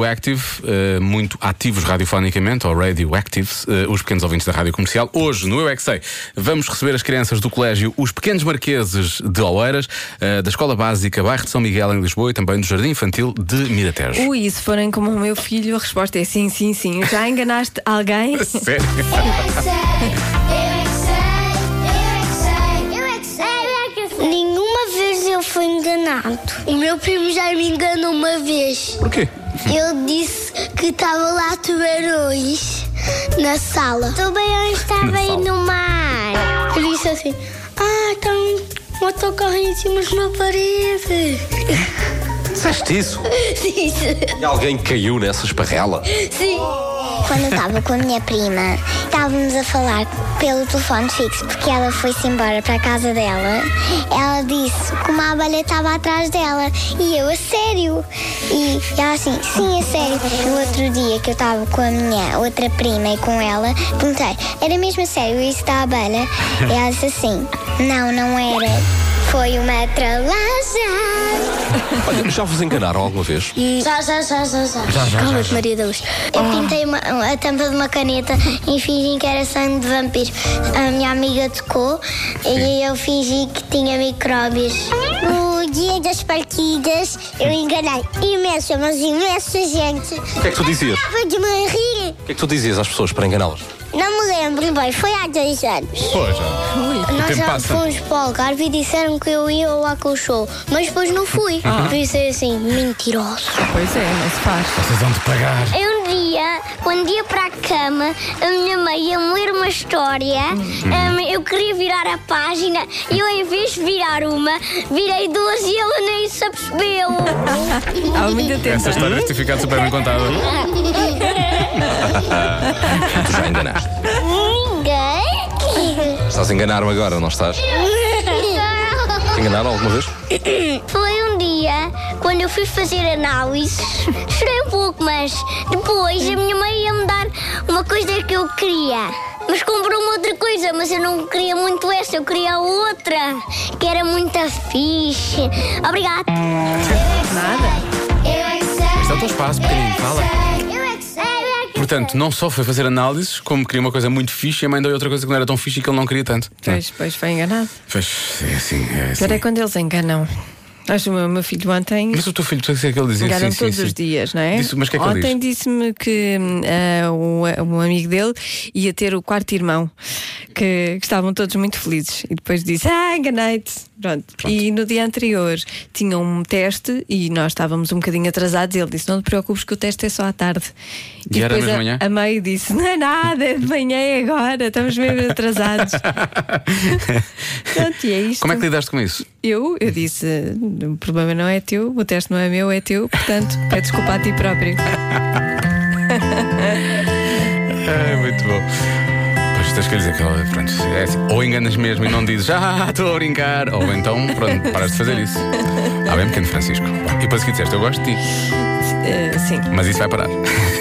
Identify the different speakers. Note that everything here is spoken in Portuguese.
Speaker 1: Radioactive, eh, muito ativos radiofonicamente, ou Radioactives, eh, os pequenos ouvintes da rádio comercial. Hoje, no Eu é Que Sei, vamos receber as crianças do colégio Os Pequenos Marqueses de Oeiras, eh, da Escola Básica Bairro de São Miguel, em Lisboa, e também do Jardim Infantil de Miratejo.
Speaker 2: Ui, e se forem como o meu filho, a resposta é sim, sim, sim. Já enganaste alguém?
Speaker 1: Sério?
Speaker 3: Nenhuma vez eu fui enganado. O meu primo já me enganou uma vez.
Speaker 1: Porquê?
Speaker 3: Ele disse que estava lá tubarões na sala. Tubarões estava
Speaker 1: Na aí sala. no
Speaker 3: mar. Eu disse assim: Ah, está um autocarro em cima de uma parede.
Speaker 4: Disseste isso?
Speaker 3: Disse.
Speaker 4: E alguém caiu nessa esparrela?
Speaker 3: Sim. Quando eu estava com a minha prima, estávamos a falar pelo telefone fixo porque ela foi-se embora para a casa dela. Ela disse que uma abelha estava atrás dela e eu, a sério. E ela assim, sim, a sério. No outro dia que eu estava com a minha outra prima e com ela, perguntei, era mesmo a sério isso da abelha? E ela disse assim, não, não era. Foi uma trollagem.
Speaker 4: Olha, já vos enganaram alguma vez?
Speaker 3: Já, já, já, já, já. Calma-te, Maria da Luz. Eu pintei uma- a tampa de uma caneta e fingi que era sangue de vampiro. A minha amiga tocou e eu fingi que tinha micróbios. No dia das partidas, eu enganei imensa, mas imensa gente. O
Speaker 4: que é que tu dizias?
Speaker 3: Estava de me rir.
Speaker 4: O que é que tu dizias às pessoas para enganá-las?
Speaker 3: Não me lembro bem, foi há dois anos.
Speaker 1: Pois, já.
Speaker 3: Nós
Speaker 1: tempo
Speaker 3: já
Speaker 1: passa.
Speaker 3: fomos para o Algarve e disseram que eu ia lá com o show, mas depois não fui. Pensei assim, mentiroso.
Speaker 2: Pois é, não se faz.
Speaker 1: Vocês vão de pagar.
Speaker 3: Eu um dia, quando ia para a cama, a minha mãe ia me ler uma história. Um, eu queria virar a página e eu, em vez de virar uma, virei duas e ela nem se apercebeu.
Speaker 2: Há muito
Speaker 1: Essa
Speaker 2: tempo.
Speaker 1: história tem ficado super bem contada.
Speaker 4: Tu já enganaste.
Speaker 3: Ninguém?
Speaker 4: Estás a enganar-me agora, não estás? Te enganaram alguma vez?
Speaker 3: Foi um dia, quando eu fui fazer análises, chorei um pouco, mas depois a minha mãe ia me dar uma coisa que eu queria. Mas comprou-me outra coisa, mas eu não queria muito essa, eu queria a outra, que era muito fixe. Obrigada.
Speaker 2: Nada.
Speaker 3: Eu é que sei.
Speaker 1: Este é o teu espaço, pequenino, fala.
Speaker 3: Eu é que sei, eu é que
Speaker 1: Portanto, não só foi fazer análises, como queria uma coisa muito fixe e a mãe deu outra coisa que não era tão fixe e que ele não queria tanto.
Speaker 2: Pois, pois foi enganado.
Speaker 1: Pois, é assim, é assim.
Speaker 2: Agora é quando eles enganam. Acho que o meu- meu filho ontem.
Speaker 1: Mas o teu filho, tu sei o que ele dizia.
Speaker 2: Enganam
Speaker 1: sim,
Speaker 2: todos
Speaker 1: sim,
Speaker 2: os
Speaker 1: sim.
Speaker 2: dias, não é?
Speaker 1: Disse- mas o que é que ele
Speaker 2: Ontem
Speaker 1: diz?
Speaker 2: disse-me que hum, ah, o- um, amigo dele ia ter o quarto irmão, que, que estavam todos muito felizes. E depois disse: Ah, enganei-te. Pronto. E no dia anterior tinha um teste e nós estávamos um bocadinho atrasados. E ele disse: Não te preocupes, que o teste é só à tarde.
Speaker 1: E era
Speaker 2: depois
Speaker 1: mesmo
Speaker 2: a,
Speaker 1: de manhã?
Speaker 2: a meio disse: Não é nada, é de manhã é agora, estamos mesmo atrasados. Pronto, e é isto.
Speaker 1: Como é que lidaste com isso?
Speaker 2: Eu, eu disse, o problema não é teu, o teste não é meu, é teu, portanto, pede desculpa a ti próprio.
Speaker 1: É muito bom. Pois tens que lhe dizer que ela, pronto, é assim. ou enganas mesmo e não dizes, ah, estou a brincar, ou então, pronto, paras de fazer isso. Ah, bem pequeno Francisco. E depois que disseste, eu gosto de ti,
Speaker 2: Eh, sim.
Speaker 1: mas isso vai parar.